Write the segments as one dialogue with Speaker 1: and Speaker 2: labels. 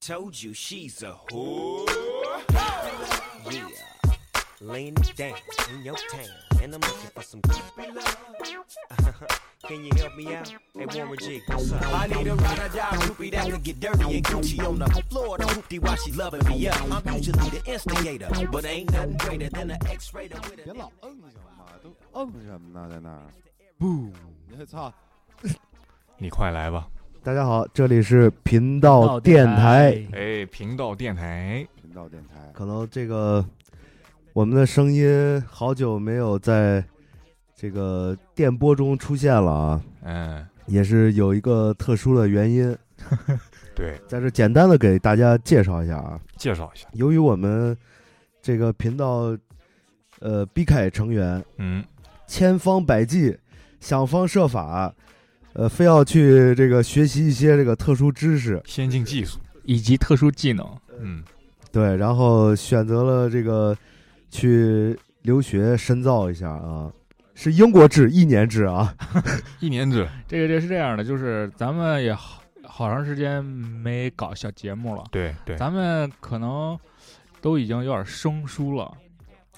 Speaker 1: told you she's a whore. Yeah, laying it down in your town, and I'm looking for some creepy love. Can you help me out? Hey, Warren G, what's up?
Speaker 2: I need a ride or die groupie that can get dirty and Gucci on the floor. The hoopty while she loving me up. I'm usually the instigator, but ain't nothing greater than an X-rated with
Speaker 3: 别
Speaker 2: a
Speaker 3: 老嗯行吗？都嗯什么呢？在那儿，不， 操！
Speaker 4: 你快来吧！
Speaker 5: 大家好，这里是频道电
Speaker 6: 电
Speaker 5: 台，
Speaker 4: 哎，频道电台，
Speaker 3: 频道电台，
Speaker 5: 可能这个我们的声音好久没有在这个电波中出现了啊，
Speaker 4: 嗯，
Speaker 5: 也是有一个特殊的原因，
Speaker 4: 对，
Speaker 5: 在这简单的给大家介绍一下啊。
Speaker 4: 介绍一下，
Speaker 5: 由于我们这个频道呃 B 凯成员
Speaker 4: 嗯，
Speaker 5: 千方百计、想方设法，呃，非要去这个学习一些这个特殊知识，
Speaker 4: 先进技术，
Speaker 6: 以及特殊技能，
Speaker 4: 嗯，
Speaker 5: 对，然后选择了这个去留学深造一下啊，是英国制一年制啊，
Speaker 4: 一年制，
Speaker 6: 这个这是这样的，就是咱们也好好长时间没搞小节目了，
Speaker 4: 对对，
Speaker 6: 咱们可能都已经有点生疏了。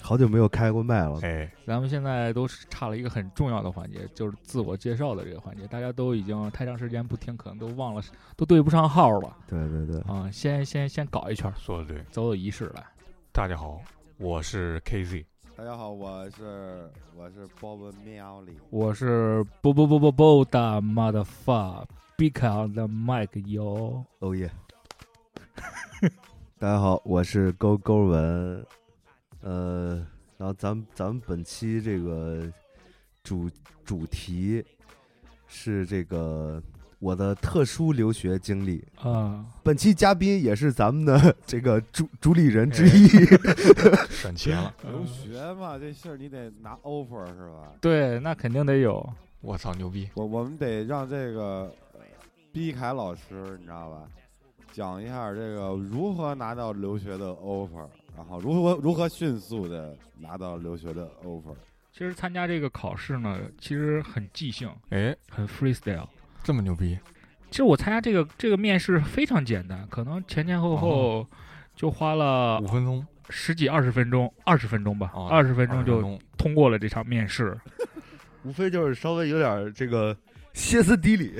Speaker 5: 好久没有开过麦了，
Speaker 4: 哎，
Speaker 6: 咱们现在都是差了一个很重要的环节，就是自我介绍的这个环节，大家都已经太长时间不听，可能都忘了，都对不上号了
Speaker 5: 对对对，
Speaker 6: 啊、先先先搞一圈儿，
Speaker 4: 说的对。
Speaker 6: 走走仪式来。
Speaker 4: 大家好，我是 KZ，
Speaker 3: 大家好，我是我是 Bob 喵里，
Speaker 6: 我是不不不不不的 mother fuck。b e c a on the mic 哟，
Speaker 5: 欧哦耶！ 大家好，我是勾勾文，呃，然后咱们咱们本期这个主主题是这个我的特殊留学经历。
Speaker 6: 啊，
Speaker 5: 本期嘉宾也是咱们的 这个主主理人之一，
Speaker 4: 省钱了。
Speaker 3: 留学嘛，这事儿你得拿 offer 是吧？
Speaker 6: 对，那肯定得有，
Speaker 4: 我操，牛逼！
Speaker 3: 我我们得让这个呃毕凯老师，你知道吧？讲一下这个如何拿到留学的 offer，然后如何如何迅速的拿到留学的 offer。
Speaker 6: 其实参加这个考试呢，其实很即兴，
Speaker 4: 哎，
Speaker 6: 很 freestyle。
Speaker 4: 这么牛逼，
Speaker 6: 其实我参加这个这个面试非常简单，可能前前后后就花了
Speaker 4: 五分钟
Speaker 6: 十几二十分钟，二十分钟吧，
Speaker 4: 啊，
Speaker 6: 哦二十分
Speaker 4: 钟
Speaker 6: 钟就通过了这场面试。
Speaker 5: 无非就是稍微有点这个歇斯底里。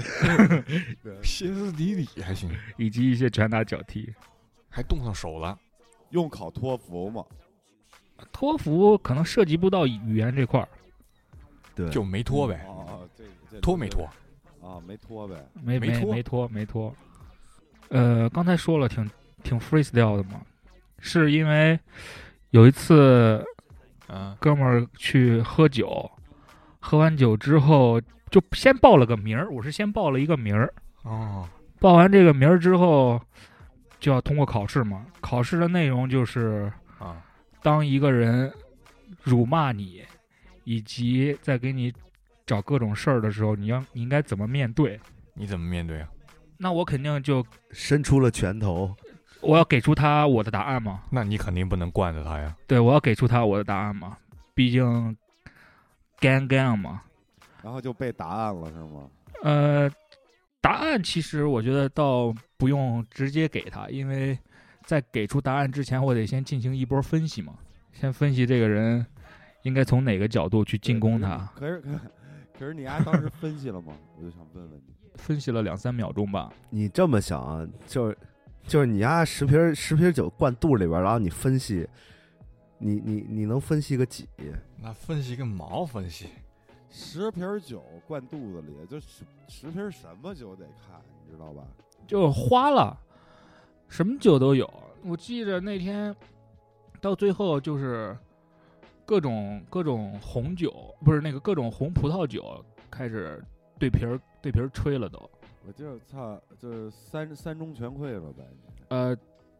Speaker 4: 歇斯底里还行，
Speaker 6: 以及一些拳打脚踢。
Speaker 4: 还动上手了。
Speaker 3: 用考托福嘛，
Speaker 6: 托福可能涉及不到语言这块儿，
Speaker 5: 对，
Speaker 4: 就没脱呗，
Speaker 3: 哦，这这
Speaker 4: 脱没脱？
Speaker 3: 啊？没脱呗。
Speaker 6: 没
Speaker 4: 没
Speaker 6: 没
Speaker 4: 脱
Speaker 6: 没脱没脱。呃，刚才说了挺挺 freestyle 的嘛，是因为有一次
Speaker 4: 嗯，
Speaker 6: 哥们儿去喝酒，喝完酒之后就先报了个名儿，我是先报了一个名儿，
Speaker 4: 哦，
Speaker 6: 报完这个名儿之后就要通过考试嘛，考试的内容就是
Speaker 4: 啊，
Speaker 6: 当一个人辱骂你，以及在给你找各种事儿的时候，你要你应该怎么面对？
Speaker 4: 你怎么面对啊？
Speaker 6: 那我肯定就
Speaker 5: 伸出了拳头，
Speaker 6: 我要给出他我的答案嘛，
Speaker 4: 那你肯定不能惯着他呀。
Speaker 6: 对我要给出他我的答案嘛，毕竟 gang gang 嘛，
Speaker 3: 然后就被答案了是吗？
Speaker 6: 呃，答案其实我觉得倒不用直接给他，因为在给出答案之前，我得先进行一波分析嘛，先分析这个人应该从哪个角度去进攻他，
Speaker 3: 可是可 是可是你丫当时分析了吗？ 我就想问问你，
Speaker 6: 分析了两三秒钟吧，
Speaker 5: 你这么想啊，就是就是你丫十瓶十瓶酒灌肚里边儿，然后你分析，你你你能分析个几？
Speaker 4: 那分析个毛分析？
Speaker 3: 十瓶酒灌肚子里，就十十瓶什么酒得看，你知道吧？
Speaker 6: 就花了，什么酒都有。我记着那天到最后就是各种各种红酒，不是那个各种红葡萄酒开始对瓶儿对瓶儿吹了都。
Speaker 3: 我就是操，就是三三中全会了呗。
Speaker 6: 呃，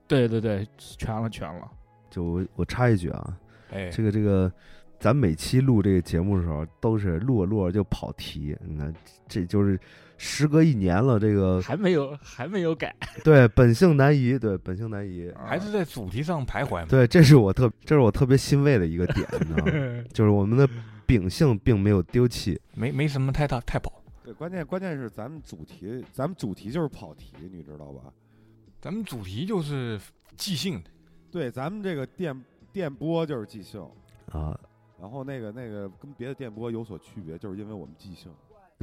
Speaker 6: 对对对，全了全了。
Speaker 5: 就我我插一句啊，
Speaker 4: 哎，
Speaker 5: 这个这个，咱每期录这个节目的时候，都是录着录着就跑题，你看这就是时隔一年了，这个
Speaker 6: 还没有，还没有改，
Speaker 5: 对本性难移，对本性难移，
Speaker 6: 啊
Speaker 4: 还是在主题上徘徊嘛。
Speaker 5: 对，这是我特这是我特别欣慰的一个点，你知道吗？ 就是我们的秉性并没有丢弃，
Speaker 4: 没没什么太大太跑。
Speaker 3: 对，关键关键是咱们主题，咱们主题就是跑题，你知道吧？
Speaker 4: 咱们主题就是即兴的，
Speaker 3: 对，咱们这个电电波就是即兴，
Speaker 5: 啊
Speaker 3: 然后那个那个跟别的电波有所区别，就是因为我们即兴，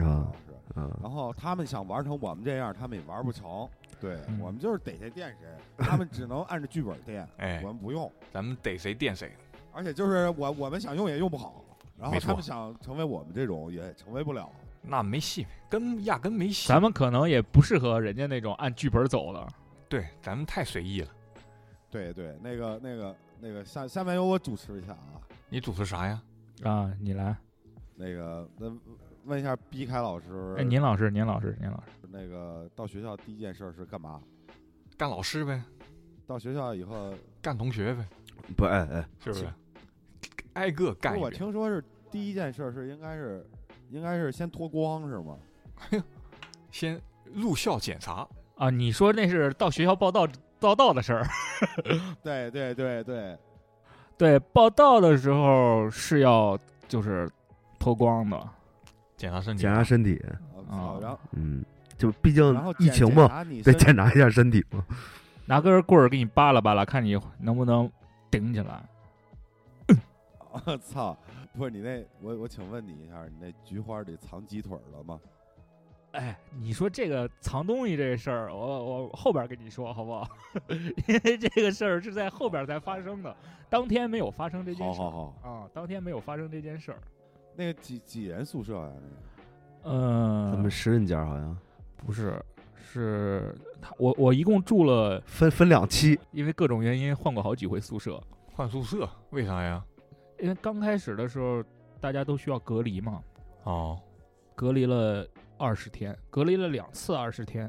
Speaker 5: 啊
Speaker 3: 是。
Speaker 5: 啊！
Speaker 3: 然后他们想玩成我们这样，他们也玩不成。对、
Speaker 6: 嗯
Speaker 3: 我们就是逮谁电谁，他们只能按照剧本电，
Speaker 4: 哎
Speaker 3: 我们不用。
Speaker 4: 咱们逮谁电谁。
Speaker 3: 而且就是我我们想用也用不好，然后
Speaker 4: 没错
Speaker 3: 他们想成为我们这种也成为不了。
Speaker 4: 那没戏，根压根没戏。
Speaker 6: 咱们可能也不适合人家那种按剧本走的，
Speaker 4: 对，咱们太随意了。
Speaker 3: 对对，那个那个那个下下面由我主持一下啊。
Speaker 4: 你主持啥呀？
Speaker 6: 啊，你来，
Speaker 3: 那个那问一下毕凯老师，
Speaker 6: 哎，您老师，您老师，您老师，
Speaker 3: 那个到学校第一件事是干嘛？
Speaker 4: 干老师呗，
Speaker 3: 到学校以后，
Speaker 4: 干同学呗，
Speaker 5: 不，哎哎，
Speaker 4: 是不是？挨个
Speaker 3: 不
Speaker 4: 干
Speaker 3: 是
Speaker 4: 一
Speaker 3: 我
Speaker 4: 遍。
Speaker 3: 听说是第一件事是应该是应该是先脱光是 吗？
Speaker 4: 先入校检查，
Speaker 6: 啊，你说那是到学校报道报道的事儿，
Speaker 3: 对对对对，
Speaker 6: 对，报道的时候是要就是脱光的，
Speaker 4: 检查身体
Speaker 5: 检。查身体，
Speaker 3: 我哦操！
Speaker 6: 啊
Speaker 3: 然后
Speaker 5: 嗯，就毕竟
Speaker 3: 然后
Speaker 5: 疫
Speaker 3: 检
Speaker 5: 情嘛，，得
Speaker 3: 检查你身
Speaker 5: 检查一下身体嘛。
Speaker 6: 拿根棍儿给你扒拉扒拉，看你能不能顶起来。
Speaker 3: 我操！不是你那我我请问你一下，你那菊花里藏鸡腿了吗？
Speaker 6: 哎，你说这个藏东西这事儿，我我后边跟你说好不好？ 因为这个事儿是在后边才发生的，当天没有发生这件
Speaker 3: 好
Speaker 6: 事儿
Speaker 3: 好好，
Speaker 6: 啊，当天没有发生这件事儿。
Speaker 3: 那个几几人宿舍呀、那
Speaker 6: 嗯，
Speaker 5: 咱们十人间好像
Speaker 6: 不是，是他我我一共住了，
Speaker 5: 分分两期，
Speaker 6: 因为各种原因换过好几回宿舍。
Speaker 4: 换宿舍，为啥呀？
Speaker 6: 因为刚开始的时候大家都需要隔离嘛，
Speaker 4: 哦，
Speaker 6: 隔离了二十天，隔离了两次二十天，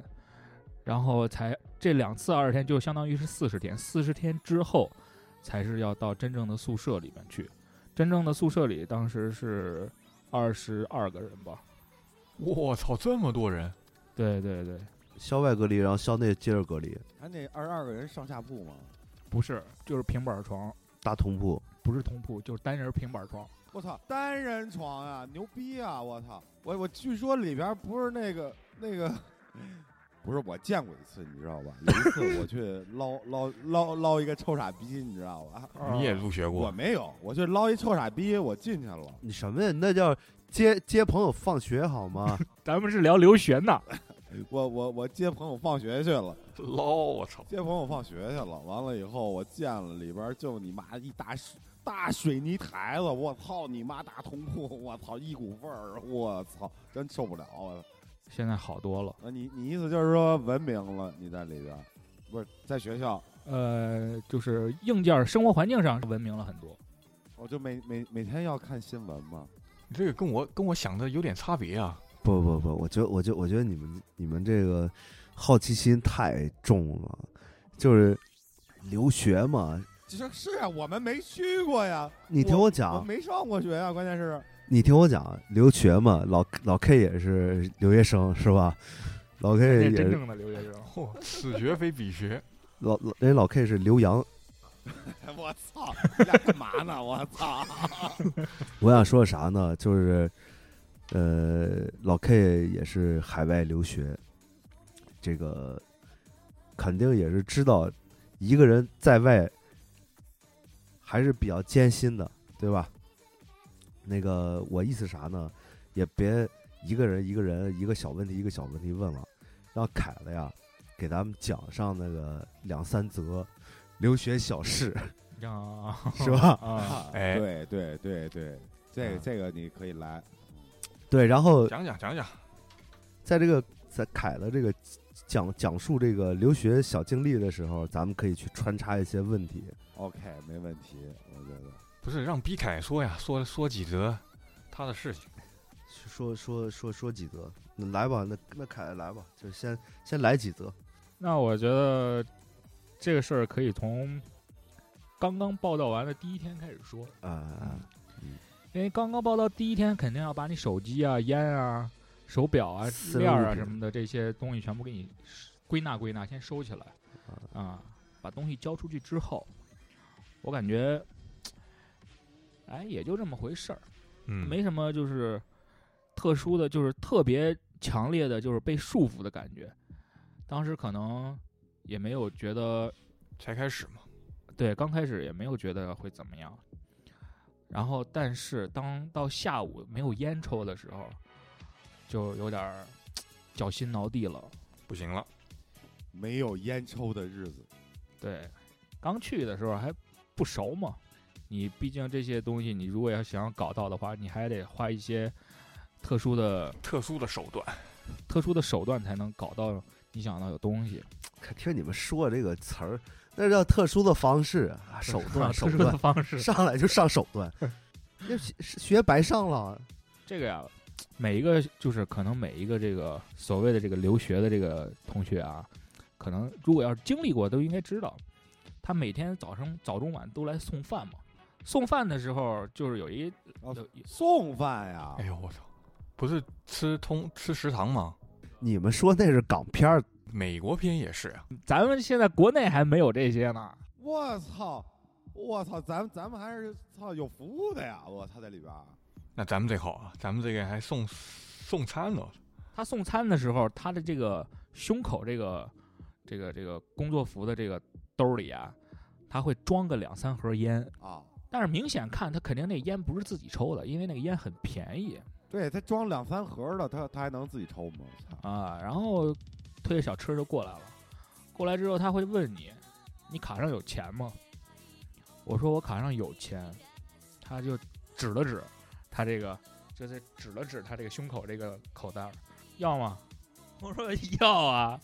Speaker 6: 然后才这两次二十天就相当于是四十天，四十天之后才是要到真正的宿舍里面去。真正的宿舍里当时是二十二个人吧？
Speaker 4: 我操，这么多人，
Speaker 6: 对对对，
Speaker 5: 校外隔离，然后校内接着隔离，
Speaker 3: 个？他那二十二个人上下铺吗？
Speaker 6: 不是，就是平板床，
Speaker 5: 大通铺。
Speaker 6: 不是通铺，就是单人平板床。
Speaker 3: 我操，单人床啊，牛逼啊！我操，我我据说里边不是那个那 个，不是我见过一次，你知道吧？有一次我去捞捞捞捞一个臭傻逼，你知道吧？
Speaker 6: 哦
Speaker 4: 你也入学
Speaker 3: 我
Speaker 4: 过？
Speaker 3: 没有，我去捞一臭傻逼，我进去了。
Speaker 5: 你什么呀？那叫接接朋友放学好吗？
Speaker 6: 咱们是聊留学呢，
Speaker 3: 我我我接朋友放学去了，
Speaker 4: 捞，我操！
Speaker 3: 接朋友放学去了。完了以后，我见了里边就你妈一大水大水泥台子，我操你妈大通铺，我操一股味儿，我操真受不了。我
Speaker 6: 现在好多了。
Speaker 3: 那你你意思就是说文明了？你在里边儿，不是在学校，
Speaker 6: 呃，就是硬件生活环境上文明了很多。
Speaker 3: 我就每每每天要看新闻嘛。
Speaker 4: 你这个跟我跟我想的有点差别啊。
Speaker 5: 不不不，我觉得我觉得我觉得你们你们这个好奇心太重了，就是留学嘛。
Speaker 3: 就是是啊，我们没去过呀，
Speaker 5: 你听我讲，
Speaker 3: 我没上过学啊呀，关键是
Speaker 5: 你听我讲，留学嘛，老老 K 也是留学生是吧？老 K 也
Speaker 6: 真
Speaker 5: 是
Speaker 6: 正的留学生，
Speaker 4: 嚯， 此学非彼学，
Speaker 5: 老老人家老 K 是留洋。
Speaker 3: 我操，你俩干嘛呢？我操！
Speaker 5: 我想说啥呢？就是，呃，老 K 也是海外留学，这个肯定也是知道一个人在外还是比较艰辛的，对吧？那个我意思啥呢？也别一个人一个人一个小问题一个小问题问了，让凯子呀给咱们讲上那个两三则留学小事，
Speaker 6: 啊，
Speaker 5: 是吧？
Speaker 6: 啊，
Speaker 4: 哎
Speaker 3: 对对对对，这个
Speaker 5: 啊
Speaker 3: 这个你可以来。
Speaker 5: 对，然后
Speaker 4: 讲讲讲讲。
Speaker 5: 在这个在凯的这个讲讲述这个留学小经历的时候，咱们可以去穿插一些问题。
Speaker 3: OK，没问题，我觉得。
Speaker 4: 不是让毕凯说呀，说说几则他的事情。
Speaker 5: 说说说说几则，那来吧，那那凯来吧，就先先来几则。
Speaker 6: 那我觉得这个事儿可以从刚刚报道完的第一天开始说，
Speaker 5: 啊、
Speaker 6: 因为刚刚报道第一天肯定要把你手机啊、烟啊、手表啊、
Speaker 5: 私人
Speaker 6: 链儿
Speaker 5: 物
Speaker 6: 啊
Speaker 5: 品
Speaker 6: 什么的这些东西全部给你归纳归纳，先收起来啊，把东西交出去之后，我感觉，哎，也就这么回事儿。
Speaker 4: 嗯，
Speaker 6: 没什么就是特殊的，就是特别强烈的，就是被束缚的感觉。当时可能也没有觉得
Speaker 4: 才开始嘛，
Speaker 6: 对，刚开始也没有觉得会怎么样。然后，但是当到下午没有烟抽的时候，就有点儿脚心挠地了。
Speaker 4: 不行了，
Speaker 3: 没有烟抽的日子，
Speaker 6: 对，刚去的时候还不熟嘛，你毕竟这些东西，你如果要想要搞到的话，你还得花一些特殊的、
Speaker 4: 特殊的手段，啊
Speaker 6: 特殊的手段才能搞到你想要的东西。
Speaker 5: 看听你们说这个词儿，那叫特殊的方式啊，手 段手
Speaker 6: 特殊的
Speaker 5: 段，
Speaker 6: 方式，
Speaker 5: 上来就上手段， 那学学白上了。
Speaker 6: 这个呀，每一个就是可能每一个这个所谓的这个留学的这个同学啊，可能如果要是经历过，都应该知道，他每天早上早中晚都来送饭嘛。送饭的时候，就是有一
Speaker 3: 哦
Speaker 6: 有一
Speaker 3: 送饭呀
Speaker 4: 哎，呦我操，不是吃通吃食堂吗？
Speaker 5: 你们说那是港片儿，
Speaker 4: 美国片也是啊，
Speaker 6: 咱们现在国内还没有这些呢。
Speaker 3: 我操，我操，咱们咱们还是操有服务的呀，我操在里边儿，
Speaker 4: 那咱们这好啊，咱们这个还送送餐呢，
Speaker 6: 他送餐的时候，他的这个胸口这个这个这个工作服的这个兜里啊，他会装个两三盒烟，
Speaker 3: 啊，
Speaker 6: 但是明显看他肯定那烟不是自己抽的，因为那个烟很便宜。
Speaker 3: 对他装两三盒的，他他还能自己抽吗？我操，
Speaker 6: 啊，然后推着小车就过来了。过来之后，他会问你：“你卡上有钱吗？”我说：“我卡上有钱。”他就指了指他这个，就是指了指他这个胸口这个口袋儿，要吗？ 我说：“要啊。”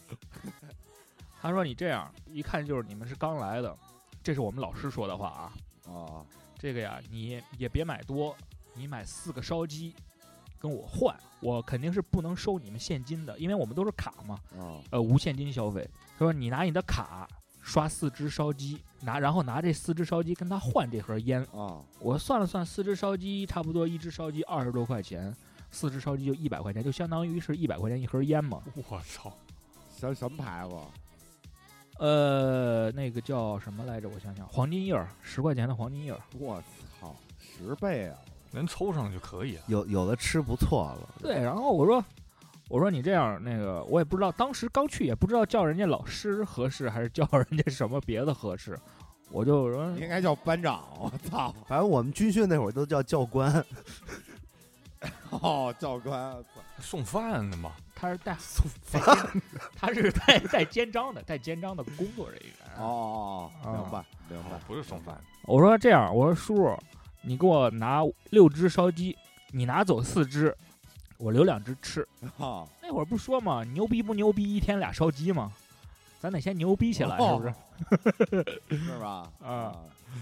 Speaker 6: 他说：“你这样一看就是你们是刚来的，这是我们老师说的话啊。
Speaker 3: 啊，
Speaker 6: 这个呀，你也别买多，你买四个烧鸡跟我换，我肯定是不能收你们现金的，因为我们都是卡嘛，
Speaker 3: 啊，
Speaker 6: 呃，无现金消费。他说你拿你的卡刷四只烧鸡，拿然后拿这四只烧鸡跟他换这盒烟。
Speaker 3: 啊，
Speaker 6: 我算了算，四只烧鸡差不多一只烧鸡二十多块钱，四只烧鸡就一百块钱，就相当于是一百块钱一盒烟嘛。
Speaker 4: 我操，
Speaker 3: 什什么牌子？
Speaker 6: 呃，那个叫什么来着？我想想，黄金叶儿，十块钱的黄金叶儿。
Speaker 3: 我操，十倍啊！
Speaker 4: 能抽上就可以啊，
Speaker 5: 有有的吃不错了。
Speaker 6: 对，然后我说，我说你这样那个，我也不知道，当时刚去也不知道叫人家老师合适还是叫人家什么别的合适，我就说
Speaker 3: 应该叫班长，我操！
Speaker 5: 反正我们军训那会儿都叫教官，
Speaker 3: 哦，教官，我操！
Speaker 4: 送饭的嘛，
Speaker 6: 他是带 送饭，他是带带肩章的，带肩章的工作人员。
Speaker 3: 哦哦，哦，
Speaker 6: 啊
Speaker 3: 明白明
Speaker 4: 哦
Speaker 3: 白，
Speaker 4: 不是送饭，
Speaker 6: 我说这样，我说叔，你给我拿六只烧鸡，你拿走四只，我留两只吃。
Speaker 3: 啊，
Speaker 6: 那会儿不说嘛，牛逼不牛逼，一天俩烧鸡嘛，咱得先牛逼起来，是不是？
Speaker 3: 是是吧？
Speaker 6: 啊
Speaker 3: 啊，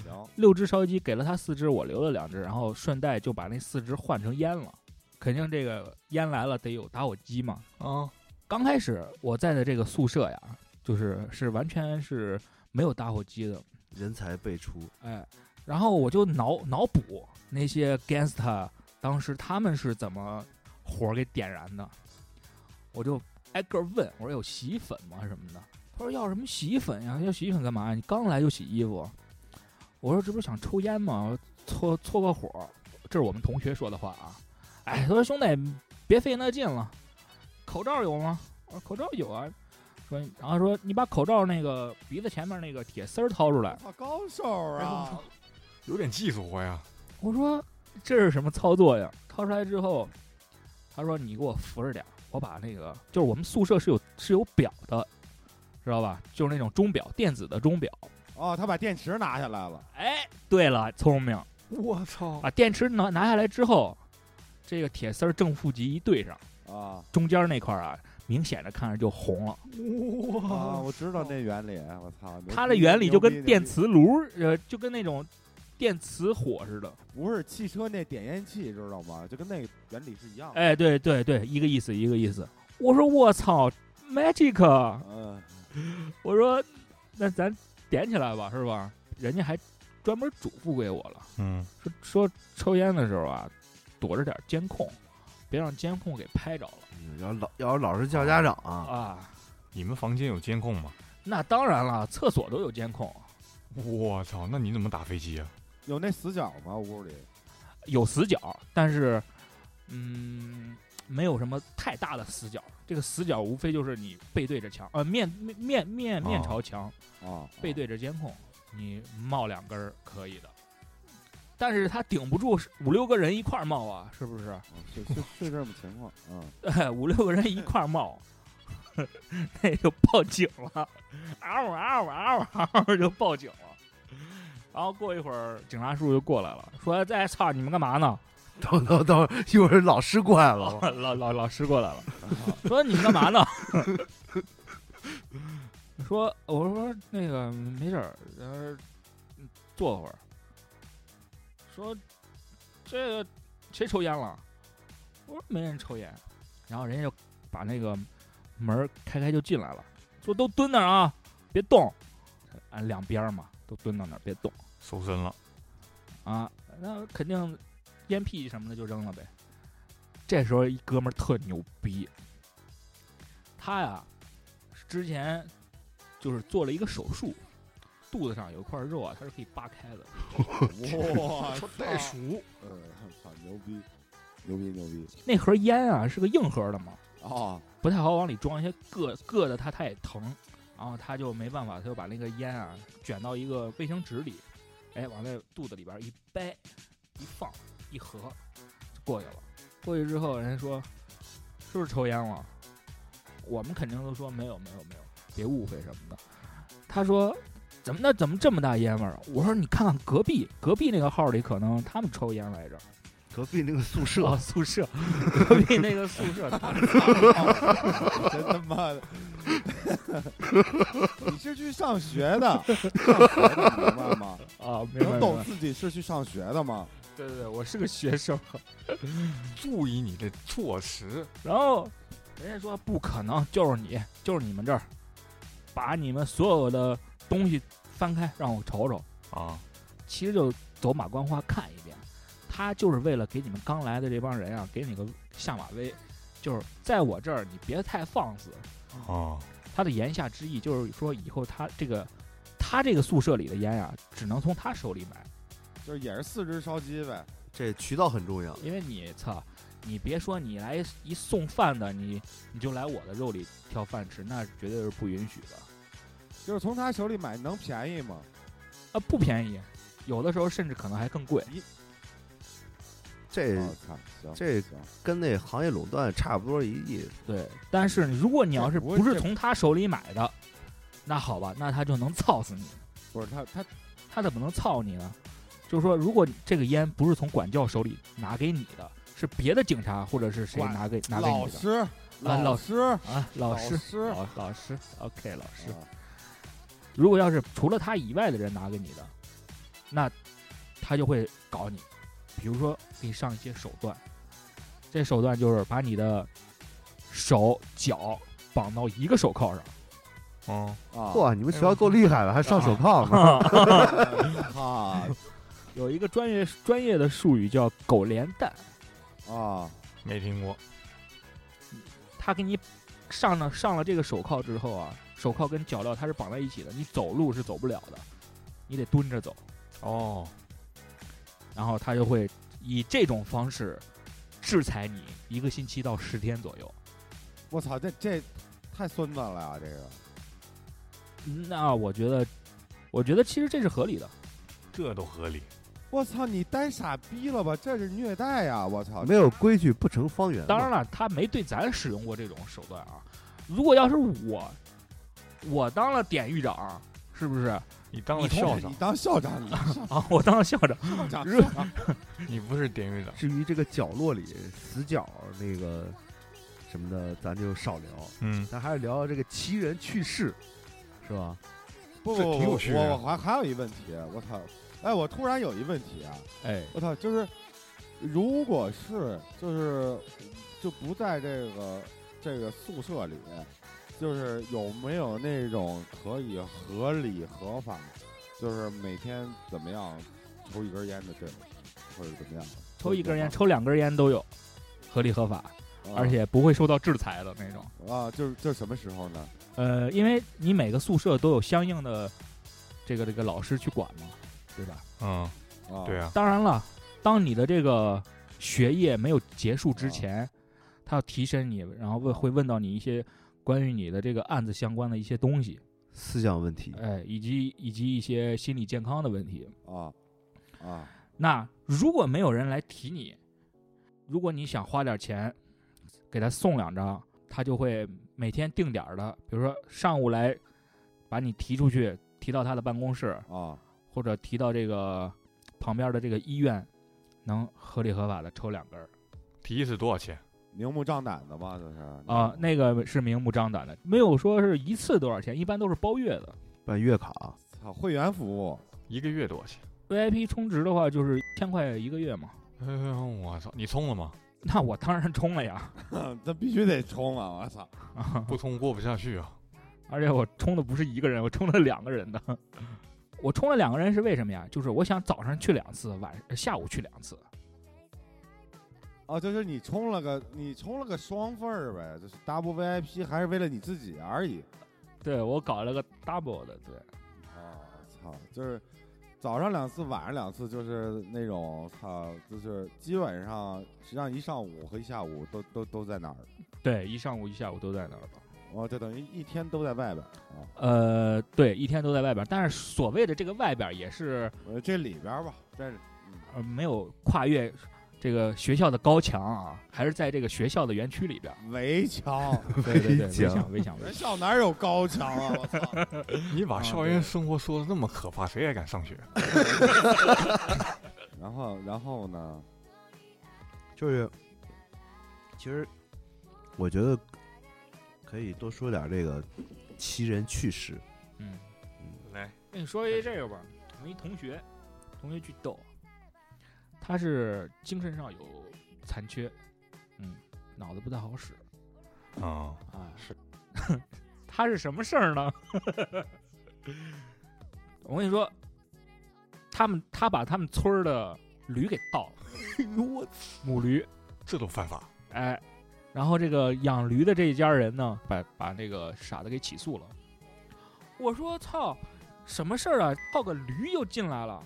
Speaker 3: 行，
Speaker 6: 六只烧鸡给了他四只，我留了两只，然后顺带就把那四只换成烟了。肯定这个烟来了得有打火机嘛。
Speaker 4: 啊，
Speaker 6: 刚开始我在的这个宿舍呀，就是是完全是没有打火机的，
Speaker 5: 人才辈出。
Speaker 6: 哎，然后我就脑脑补那些 gangster 当时他们是怎么火儿给点燃的，我就挨个儿问，我说有洗衣粉吗什么的？他说要什么洗衣粉呀？要洗衣粉干嘛？你刚来就洗衣服？我说这不是想抽烟吗？搓搓个火儿，这是我们同学说的话啊。哎，他说兄弟别费那劲了，口罩有吗？我说口罩有啊。说，然后说你把口罩那个鼻子前面那个铁丝儿掏出来
Speaker 3: 我，操，高手啊！
Speaker 4: 有点技术活呀，
Speaker 6: 我说这是什么操作呀？掏出来之后，他说你给我扶着点儿，我把那个就是我们宿舍是有是有表的，知道吧？就是那种钟表，电子的钟表。
Speaker 3: 哦，他把电池拿下来了，
Speaker 6: 哎，对了，聪明，
Speaker 4: 我操，
Speaker 6: 把电池拿拿下来之后，这个铁丝儿正负极一对上，
Speaker 3: 啊
Speaker 6: 中间那块儿啊，明显的看着就红了。
Speaker 3: 啊，我知道那原理，我操！牛
Speaker 6: 哦它的
Speaker 3: 逼
Speaker 6: 原理就
Speaker 3: 牛逼
Speaker 6: 跟
Speaker 3: 牛
Speaker 6: 电
Speaker 3: 逼
Speaker 6: 磁炉儿，呃，就跟那种电磁火似的。
Speaker 3: 不是汽车那点烟器，知道吗？就跟那个原理是一样的。
Speaker 6: 哎，对对对，一个意思一个意思。我说我操，magic！啊
Speaker 3: 嗯，
Speaker 6: 我说那咱点起来吧，是吧？人家还专门嘱咐给我了，
Speaker 4: 嗯，
Speaker 6: 说说抽烟的时候啊，躲着点监控，别让监控给拍着了
Speaker 5: 嗯要是老要是老是叫家长啊，
Speaker 6: 啊。
Speaker 4: 你们房间有监控吗？
Speaker 6: 那当然了，厕所都有监控，
Speaker 4: 我操，那你怎么打飞机啊？
Speaker 3: 有那死角吗？屋里
Speaker 6: 有死角，但是嗯，没有什么太大的死角。这个死角无非就是你背对着墙，呃，面面面面面
Speaker 5: 哦
Speaker 6: 朝墙，
Speaker 3: 啊，
Speaker 6: 背对着监控，你冒两根儿可以的。但是他顶不住五六个人一块儿冒啊，是不是？
Speaker 3: 啊是是是这么情况啊，
Speaker 6: 哎， 五六个人一块儿冒， 那就报警了，嗷嗷嗷嗷就报警了。然后过一会儿，警察叔叔就过来了，说：“在操，你们干嘛呢
Speaker 5: 等等等，一会儿老师过来？”了，
Speaker 6: 老老老师过来了， 说：“你们干嘛呢？” 说：“我说那个没事儿，呃，坐会儿。”说：“这谁抽烟了？”我说没人抽烟，然后人家就把那个门儿开开就进来了，说都蹲那儿啊，别动，按两边儿嘛，都蹲到那儿别动
Speaker 4: 搜身了，
Speaker 6: 啊，那肯定烟屁什么的就扔了呗。这时候一哥们儿特牛逼，他呀之前就是做了一个手术，肚子上有一块肉啊，它是可以扒开的。哇，
Speaker 5: 袋鼠
Speaker 3: 呃，操，牛逼，牛逼牛逼
Speaker 6: 那盒烟啊是个硬盒的嘛，
Speaker 3: 啊，
Speaker 6: 不太好往里装，一些硌硌的它它也疼，然后他就没办法，他就把那个烟啊卷到一个卫生纸里，哎，往那肚子里边一掰，一放一合，就过去了。过去之后，人家说是不是抽烟了？我们肯定都说没有没有没有，别误会什么的。他说怎么那怎么这么大烟味儿啊？我说你看看隔壁 隔壁那个号里可能他们抽烟 来着。
Speaker 5: 隔壁那个宿舍
Speaker 6: 哦，宿舍， 隔壁那个宿 舍，他们发的号
Speaker 3: 真他妈的！ 你是去上学的，上学的你明白吗？
Speaker 6: 啊，没
Speaker 3: 能懂自己是去上学的吗？
Speaker 6: 对对对，我是个学生。
Speaker 4: 注意你的措辞。
Speaker 6: 然后人家说不可能，就是你，就是你们这儿，把你们所有的东西翻开让我瞅瞅。
Speaker 4: 啊，
Speaker 6: 其实就走马观花看一遍，他就是为了给你们刚来的这帮人啊，给你个下马威，就是在我这儿你别太放肆。
Speaker 4: 哦，
Speaker 6: 他的言下之意就是说，以后他这个他这个宿舍里的烟啊，只能从他手里买。
Speaker 3: 就是也是四只烧鸡呗，
Speaker 5: 这渠道很重要，
Speaker 6: 因为你操，你别说你来一送饭的，你你就来我的肉里挑饭吃，那绝对是不允许的
Speaker 3: 就是从他手里买能便宜吗？
Speaker 6: 啊！不便宜，有的时候甚至可能还更贵。
Speaker 5: 这
Speaker 3: 我操，行，
Speaker 5: 嗯这
Speaker 3: 行，
Speaker 5: 跟那行业垄断差不多一意思。
Speaker 6: 对，但是如果你要是
Speaker 3: 这不会
Speaker 6: 不是
Speaker 3: 这
Speaker 6: 从他手里买的，那好吧，那他就能操死你。
Speaker 3: 不是他他
Speaker 6: 他怎么能操你呢？就是说，如果这个烟不是从管教手里拿给你的，是别的警察或者是谁
Speaker 3: 管
Speaker 6: 拿给拿给
Speaker 3: 老
Speaker 6: 你的
Speaker 3: 师，
Speaker 6: 老
Speaker 3: 师，啊
Speaker 6: 啊？
Speaker 3: 老，
Speaker 6: 老师
Speaker 3: 师
Speaker 6: 老老师，OK，老师。如果要是除了他以外的人拿给你的，那他就会搞你，比如说给你上一些手段，这手段就是把你的手脚绑到一个手铐上，
Speaker 4: 哦，
Speaker 3: 啊，
Speaker 5: 哇，
Speaker 6: 哎
Speaker 5: 你们学校够厉害的，还上
Speaker 6: 哦
Speaker 5: 手铐呢。
Speaker 3: 啊
Speaker 6: 有一个专业专业的术语叫“狗连蛋
Speaker 3: 啊，
Speaker 4: 没听过。”，
Speaker 6: 他给你上了上了这个手铐之后啊，手铐跟脚镣它是绑在一起的，你走路是走不了的，你得蹲着走。
Speaker 4: 哦，
Speaker 6: 然后他就会以这种方式制裁你一个星期到十天左右。
Speaker 3: 我操，这这太孙子了啊呀，这个
Speaker 6: 嗯那我觉得，我觉得其实这是合理的，
Speaker 4: 这都合理。
Speaker 3: 我操，你呆傻逼了吧？这是虐待呀！我 操，
Speaker 5: 没有规矩不成方圆嘛。
Speaker 6: 当然了，他没对咱使用过这种手段啊。如果要是我，我当了典狱长，是不是啊？
Speaker 4: 你当
Speaker 6: 你
Speaker 4: 了
Speaker 6: 同
Speaker 4: 校
Speaker 3: 你
Speaker 4: 长，
Speaker 3: 当校长，你当 校
Speaker 6: 我当了校长，
Speaker 3: 长，
Speaker 6: 如
Speaker 3: 校长
Speaker 4: 你不是典狱长。
Speaker 5: 至于这个角落里死角那个什么的，咱就少聊，
Speaker 4: 嗯，
Speaker 5: 咱还是聊聊这个奇人趣事，是吧？
Speaker 3: 不
Speaker 4: 这
Speaker 3: 不
Speaker 4: 挺有
Speaker 3: 不
Speaker 4: 趣，
Speaker 3: 我
Speaker 4: 啊
Speaker 3: 我还还有一问题，我操，哎，我突然有一问题啊，
Speaker 6: 哎，
Speaker 3: 我操，就是如果是就是就不在这个这个宿舍里，就是有没有那种可以合理合法，就是每天怎么样抽一根烟的这种，或者怎么样
Speaker 6: 抽一根烟、抽两根烟都有，合理合法，
Speaker 3: 啊
Speaker 6: 而且不会受到制裁的那种。
Speaker 3: 啊，就是这什么时候呢？
Speaker 6: 呃，因为你每个宿舍都有相应的这个这个老师去管嘛，对吧？
Speaker 4: 嗯，
Speaker 3: 啊，
Speaker 4: 对啊，
Speaker 6: 当然了，当你的这个学业没有结束之前，他要提升你，然后问会问到你一些关于你的这个案子相关的一些东西，
Speaker 5: 思想问题，
Speaker 6: 哎，以及以及一些心理健康的问题。
Speaker 3: 啊啊，
Speaker 6: 那如果没有人来提你，如果你想花点钱给他送两张，他就会每天定点儿的，比如说上午来把你提出去，提到他的办公室，
Speaker 3: 啊
Speaker 6: 或者提到这个旁边的这个医院，能合理合法的抽两根儿
Speaker 4: 提一次多少钱？
Speaker 3: 明目张胆的吧，就是
Speaker 6: 啊、那个是明目张胆的，没有说是一次多少钱，一般都是包月的。
Speaker 5: 办月卡，啊
Speaker 3: 操会员服务，
Speaker 4: 一个月多少钱？
Speaker 6: VIP 充值的话就是一千块一个月嘛，
Speaker 4: 哎呦，我操！你充了吗？
Speaker 6: 那我当然充了呀，
Speaker 3: 这必须得充啊！我操，
Speaker 4: 不充过不下去 啊！
Speaker 6: 而且我充的不是一个人，我充了两个人的。 我充了两个人是为什么呀？就是我想早上去两次，晚呃下午去两次。
Speaker 3: 哦，就是你充了个你充了个双份儿呗，就是 double VIP 还是为了你自己而已。
Speaker 6: 对我搞了个 double 的，对，
Speaker 3: 啊，操，就是早上两次，晚上两次，就是那种操，就是基本上实际上一上午和一下午都都都在那儿，
Speaker 6: 对，一上午一下午都在那儿吧。
Speaker 3: 哦，就等于一天都在外边啊。
Speaker 6: 呃，对，一天都在外边儿，但是所谓的这个外边儿也是
Speaker 3: 呃，这里边儿吧，这是
Speaker 6: 呃没有跨越这个学校的高墙啊，还是在这个学校的园区里边儿。
Speaker 3: 围墙，
Speaker 6: 对对对，
Speaker 5: 围
Speaker 6: 围
Speaker 5: 墙
Speaker 6: 墙围墙围
Speaker 3: 人
Speaker 6: 墙。
Speaker 3: 校哪有高墙啊？我操！
Speaker 4: 你把
Speaker 6: 啊
Speaker 4: 校园
Speaker 6: 对
Speaker 4: 生活说的那么可怕，谁还敢上学？
Speaker 3: 然后然后呢？
Speaker 5: 就是其实我觉得可以多说点这个奇人趣事，
Speaker 6: 嗯，
Speaker 4: 来，
Speaker 6: 跟你说一这个吧，我一同学，同学巨逗，他是精神上有残缺，嗯，脑子不太好使
Speaker 4: 啊，
Speaker 6: 啊。
Speaker 4: 是，
Speaker 6: 他是什么事儿呢？ 我跟你说，他们他把他们村儿的驴给盗了，
Speaker 4: 我
Speaker 6: 母驴。
Speaker 4: 这都犯法？
Speaker 6: 哎，然后这个养驴的这一家人呢，把把那个傻子给起诉了。我说操，什么事儿啊？套个驴又进来了，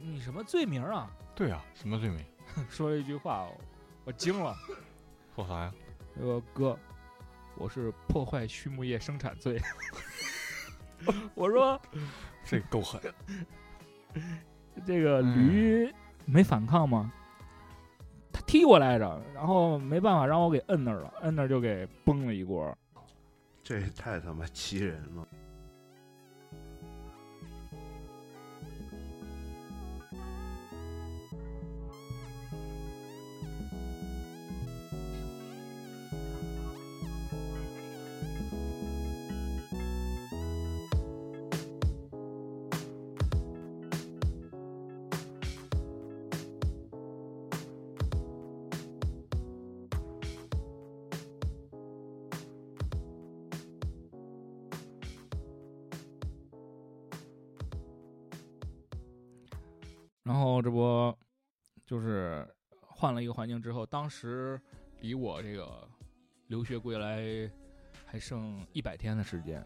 Speaker 6: 你什么罪名啊？
Speaker 4: 对啊，什么罪名？
Speaker 6: 说了一句话，我我惊了。
Speaker 4: 说啥呀？
Speaker 6: 他说哥，我是破坏畜牧业生产罪。 我说
Speaker 4: 这够狠！
Speaker 6: 这个驴没反抗吗？他踢我来着，然后没办法让我给摁那儿了，摁那儿就给崩了一锅。
Speaker 5: 这也太他妈奇人了。
Speaker 6: 然后这不就是换了一个环境之后，当时离我这个留学归来还剩一百天的时间，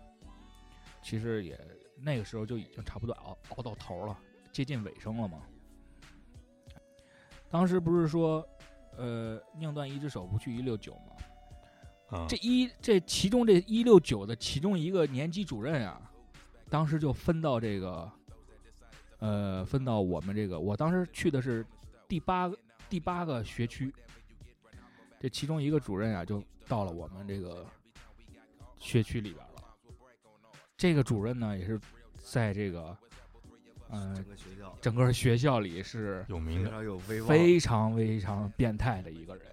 Speaker 6: 其实也那个时候就已经差不多熬熬到头了，接近尾声了嘛。当时不是说，呃，宁断一只手，不去一六九吗？
Speaker 4: 啊，
Speaker 6: 这一这其中这一六九的其中一个年级主任啊，当时就分到这个，呃，分到我们这个，我当时去的是第八个第八个学区，这其中一个主任啊，就到了我们这个学区里边了。这个主任呢，也是在这个，嗯、
Speaker 5: 个学校
Speaker 6: 整个学校里是
Speaker 4: 有
Speaker 5: 嗯非
Speaker 4: 名的
Speaker 5: 常有威望，
Speaker 6: 非常非常变态的一个人，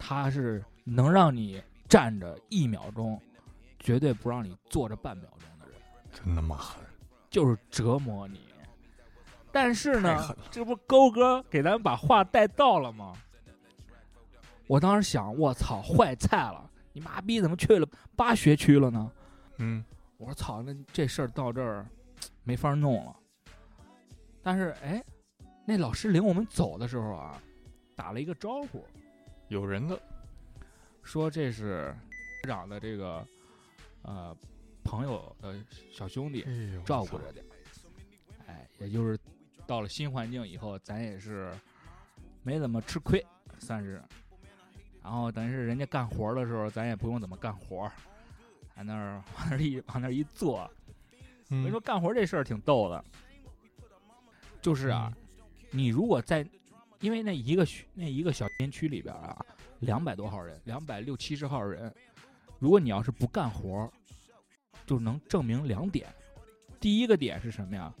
Speaker 6: 他是能让你站着一秒钟，绝对不让你坐着半秒钟的人，
Speaker 4: 真他妈狠，
Speaker 6: 就是折磨你。但是
Speaker 4: 太
Speaker 6: 呢
Speaker 4: 狠，了！
Speaker 6: 这不勾哥给咱们把话带到了吗？我当时想，我操，坏菜了！你妈逼怎么去了八学区了呢？
Speaker 4: 嗯，
Speaker 6: 我说操，那这事儿到这儿没法弄了。但是哎，那老师领我们走的时候啊，打了一个招呼，
Speaker 4: 有人的
Speaker 6: 说这是家长的这个呃朋友的小兄弟
Speaker 4: 哎呦
Speaker 6: 照顾着点儿。哎，也就是到了新环境以后，咱也是没怎么吃亏，算是。然后等于是人家干活儿的时候，咱也不用怎么干活儿，在那儿往那儿一往那儿一坐，所以说
Speaker 4: 嗯，
Speaker 6: 干活这事儿挺逗的，就是啊，你如果在，因为那一个区那一个小片区里边啊，两百多号人，两百六七十号人，如果你要是不干活儿，就能证明两点。第一个点是什么呀？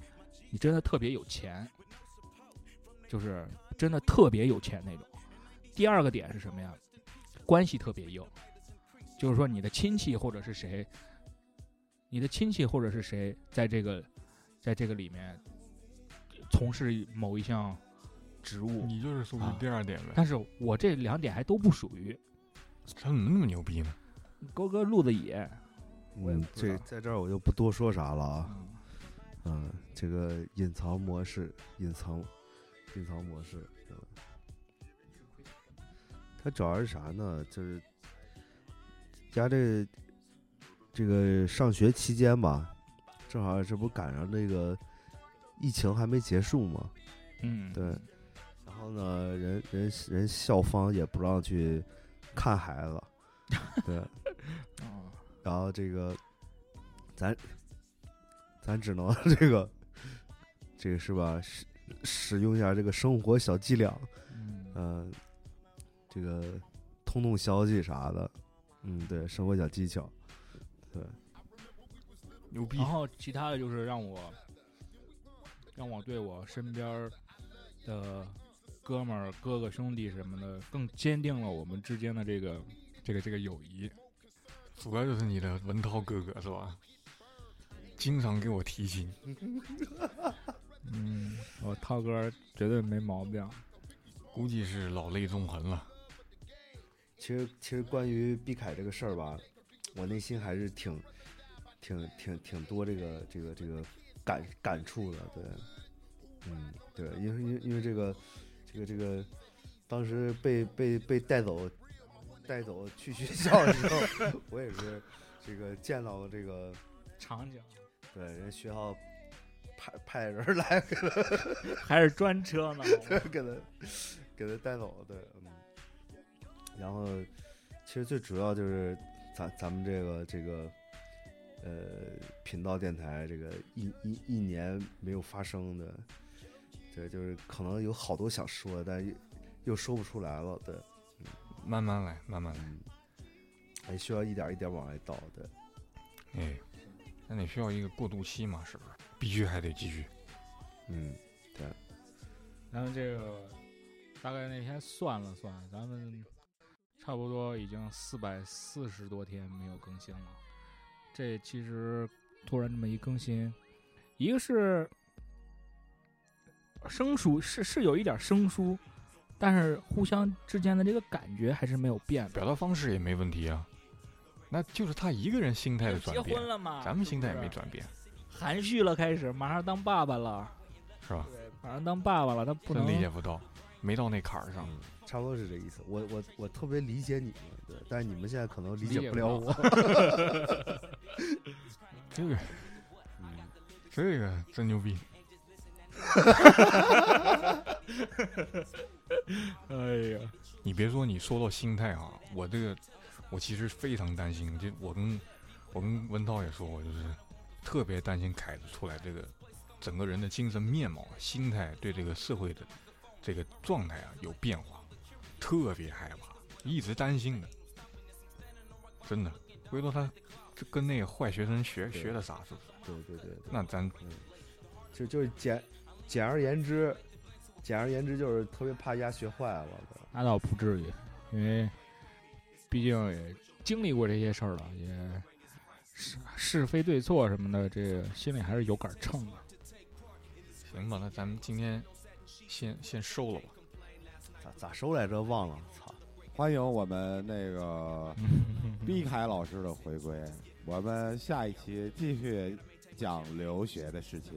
Speaker 6: 你真的特别有钱，就是真的特别有钱那种。第二个点是什么呀？关系特别硬，就是说你的亲戚或者是谁你的亲戚或者是谁在这个在这个里面从事某一项职务，
Speaker 4: 你就是属于第二点呗。
Speaker 6: 但是我这两点还都不属于。
Speaker 4: 他怎么那么牛逼呢？
Speaker 6: 勾哥路子野，我也
Speaker 5: 嗯
Speaker 6: 不，知
Speaker 5: 这
Speaker 6: 道
Speaker 5: 在这儿我就不多说啥了啊。
Speaker 6: 嗯
Speaker 5: 嗯，这个隐藏模式，隐藏，隐藏模式，嗯，它主要是啥呢？就是家这这个上学期间吧，正好这不赶上那个疫情还没结束嘛，
Speaker 6: 嗯，
Speaker 5: 对，然后呢，人人人校方也不让去看孩子，对，
Speaker 6: 嗯，
Speaker 5: 然后这个咱咱只能这个这个是吧？使使用一下这个生活小伎俩，
Speaker 6: 嗯，
Speaker 5: 嗯、这个通通消息啥的，嗯，对，生活小技巧，对，
Speaker 4: 牛逼
Speaker 6: 然！后其他的就是让我让我对我身边儿的哥们儿、哥哥、兄弟什么的，更坚定了我们之间的这个这个这个友谊。
Speaker 4: 主要就是你的文涛哥哥是吧？经常给我提醒，
Speaker 6: 嗯，我涛哥绝对没毛病。
Speaker 4: 估计是老泪纵横了。
Speaker 5: 其实其实关于毕凯这个事儿吧，我内心还是挺挺挺挺多这个这个这个感感触的，对，嗯，对，因为因为因为这个这个这个，当时被被被带走带走去学校的时候 ，我也是这个见到了这个
Speaker 6: 场景
Speaker 5: 对人学校派派人来给他
Speaker 6: 还是专车呢，
Speaker 5: 给他给他带走的，嗯。然后，其实最主要就是咱咱们这个这个呃频道电台这个一一一年没有发声的，对，就是可能有好多想说的，但又又说不出来了，对，
Speaker 4: 慢慢来，慢慢来。
Speaker 5: 嗯，还需要一点一点往外倒，对，
Speaker 4: 哎，那你需要一个过渡期嘛，是不是？必须还得继续。
Speaker 5: 嗯，
Speaker 6: 咱们这个大概那天算了算，咱们差不多已经四百四十多天没有更新了。这其实突然这么一更新，一个是生疏，是是有一点生疏，但是互相之间的这个感觉还是没有变的。
Speaker 4: 表达方式也没问题啊，那就是他一个人心态的转变，
Speaker 6: 了嘛
Speaker 4: 咱们心态也没，转变，
Speaker 6: 含蓄了，开始马上当爸爸了，
Speaker 4: 是吧？
Speaker 6: 马上当爸爸了，他不
Speaker 4: 真
Speaker 6: 能
Speaker 4: 理解不到，没到那坎儿上。
Speaker 5: 嗯差不多是这意思。我我我特别理解你们，对，但是你们现在可能理
Speaker 6: 理
Speaker 5: 解
Speaker 6: 解
Speaker 5: 不
Speaker 6: 不
Speaker 5: 了
Speaker 6: 到
Speaker 5: 我，
Speaker 4: 这个
Speaker 5: 嗯，
Speaker 4: 这个真牛逼，
Speaker 6: 哎呀，
Speaker 4: 你别说，你说到心态啊，我这个我其实非常担心，就我跟我跟文涛也说过，就是特别担心凯子出来这个整个人的精神面貌、啊心态对这个社会的这个状态啊有变化，特别害怕，一直担心的，真的。回头他就跟那个坏学生学
Speaker 5: 对
Speaker 4: 学的啥是不是？
Speaker 5: 对对对对。
Speaker 4: 那咱
Speaker 5: 就就是简简而言之，简而言之就是特别怕丫学坏啊了。
Speaker 6: 那倒不至于，因为毕竟也经历过这些事儿了，也是是非对错什么的，这个心里还是有杆儿秤的。
Speaker 4: 行吧，那咱们今天先先收了吧。
Speaker 5: 咋咋收来着？忘了，操！
Speaker 3: 欢迎我们那个毕凯老师的回归，我们下一期继续讲留学的事情。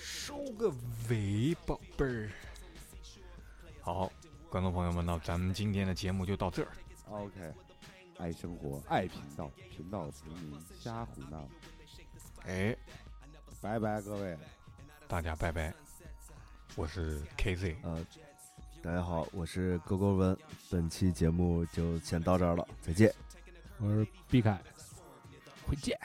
Speaker 4: 收个尾，宝贝儿。好，观众朋友们，那咱们今天的节目就到这儿。
Speaker 3: OK，爱生活，爱频道，频道平民瞎胡闹，
Speaker 4: 哎，
Speaker 3: 拜拜各位。
Speaker 4: 大家拜拜，我是 KZ。
Speaker 5: 呃，大家好，我是勾勾文，本期节目就先到这儿了，再见。
Speaker 6: 我是毕凯，回见。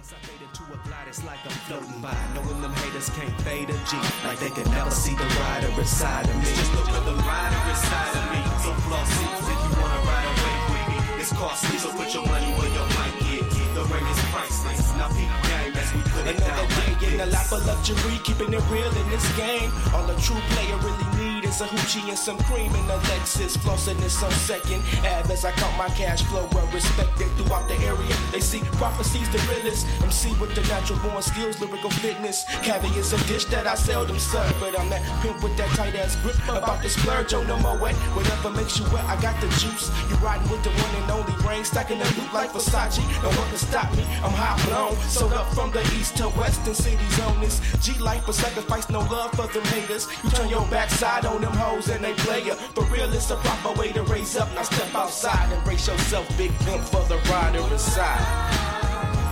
Speaker 2: Once I fade into a blight, it's like I'm floating by. Knowing them haters can't fade a G. Like they could never see the rider inside of me. It's just the the rider inside of me. So flossy, if you wanna ride away with me, it's costly. So put your money where your mic is. The ring is priceless. Now peep game as we put it down. Another day in the life of luxury, keeping it real in this game. All a true player really need is a hoochie and some cream and a Lexus. Flossing is some second. Ab as I count my cash flow, well respected throughout the area. They see prophecies the realest. MC with the natural born skills, lyrical fitness. Caviar's a dish that I seldom serve, but I'm that pimp with that tight ass grip. About to splurge on the moet. Whatever makes you wet, I got the juice. You riding with the one and only rain, stacking the loot like Versace. No one can stop me. I'm high blown, sold up from the east to west and cities on this. G life, but sacrifice no love for them haters. You turn your backside on them hoes and they player. For real, it's a proper way to raise up. Now step outside and brace yourself, big pimp for the rider inside.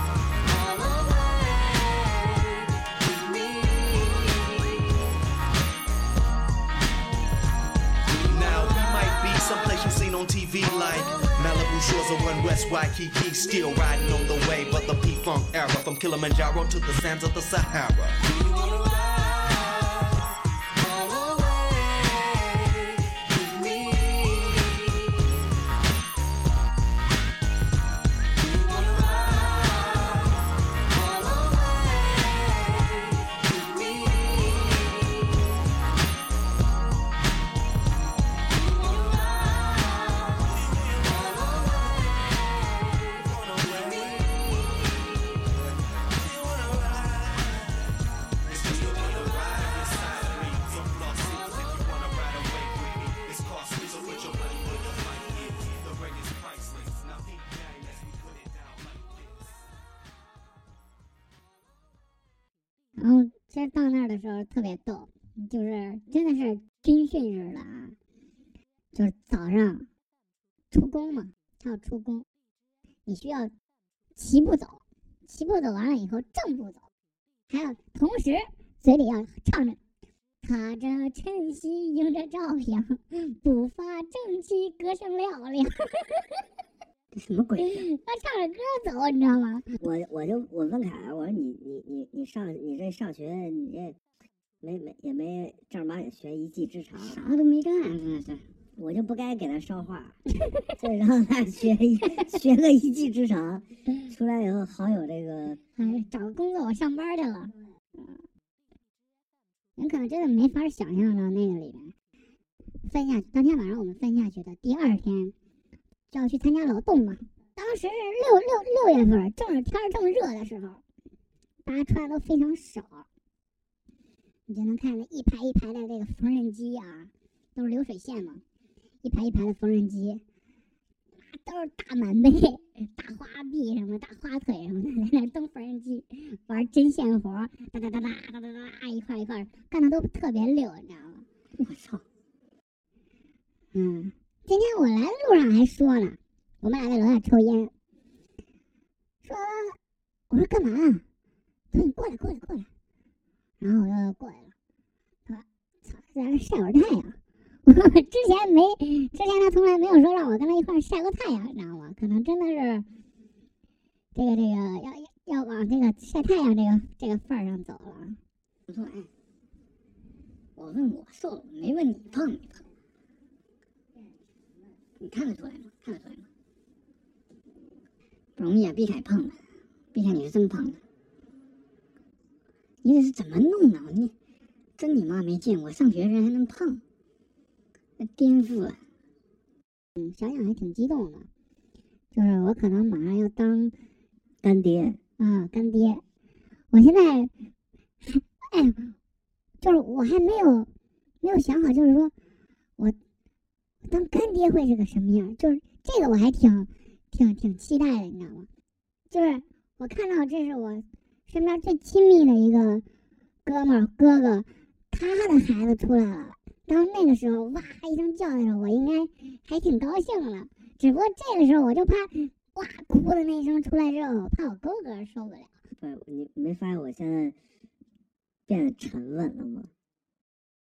Speaker 2: Now we might be someplace you've seen on TV like Malibu Shores or One West Waikiki. Still riding on the wave of the P-Funk era from Kilimanjaro to the sands of the Sahara.
Speaker 7: 然后其实到那儿的时候特别逗，嗯就是真的是军训似的啊，就是早上出工嘛，他要出工，你需要齐步走，齐步走完了以后正步走，还有同时嘴里要唱着。踏着晨曦，迎着朝阳，步伐正气，歌声嘹亮。
Speaker 8: 这什么鬼？
Speaker 7: 他唱着歌走，你知道吗？
Speaker 8: 我我就我问凯儿，我说你你你你上你这上学你这没没也没正儿八经学一技之长，
Speaker 7: 啥都没干
Speaker 8: 是是， 我就不该给他捎话， 就让他学一 学个一技之长，出来以后好有这个
Speaker 7: 哎，找个工作，我上班去了。嗯你可能真的没法想象到那个里面分下去。当天晚上我们分下去的，第二天就要去参加劳动嘛。当时是六六六月份，正是天儿正热的时候，大家穿的都非常少，你就能看见一排一排的这个缝纫机啊，都是流水线嘛，一排一排的缝纫机，都是大满背、大花臂什么、大花腿什么的，在那儿蹬缝纫机。玩针线活儿，哒哒哒哒哒哒哒哒，一块儿一块儿干的都特别溜，你知道吗？
Speaker 8: 我操，
Speaker 7: 嗯，今天我来的路上还说呢，我们俩在楼下抽烟，说我说干嘛啊？他说你过来过来过来，然后我就过来了，他说操，在那儿晒会儿太阳。 我之前没，之前他从来没有说让我跟他一块儿晒过太阳，你知道吗？可能真的是这个这个要要要往这个晒太阳这个这个份儿上走了啊。
Speaker 8: 我说哎，我问我瘦了没问你胖没胖，你看得出来吗？看得出来吗？不容易啊，毕凯胖的，毕凯你是真胖的，你这是怎么弄的？你真你妈没见过，上学人还能胖，那颠覆了。嗯
Speaker 7: 想想还挺激动的，就是我可能马上要当
Speaker 8: 干爹，
Speaker 7: 啊、干爹，我现在还哎，就是我还没有没有想好，就是说我当干爹会是个什么样儿，就是这个我还挺挺挺期待的，你知道吗？就是我看到这是我身边最亲密的一个哥们儿哥哥，他的孩子出来了。当那个时候，哇一声叫的时候，我应该还挺高兴的。只不过这个时候，我就怕哇哭的那一声出来之后，我怕我勾哥受不了。
Speaker 8: 不是你没发现我现在变得沉稳了吗？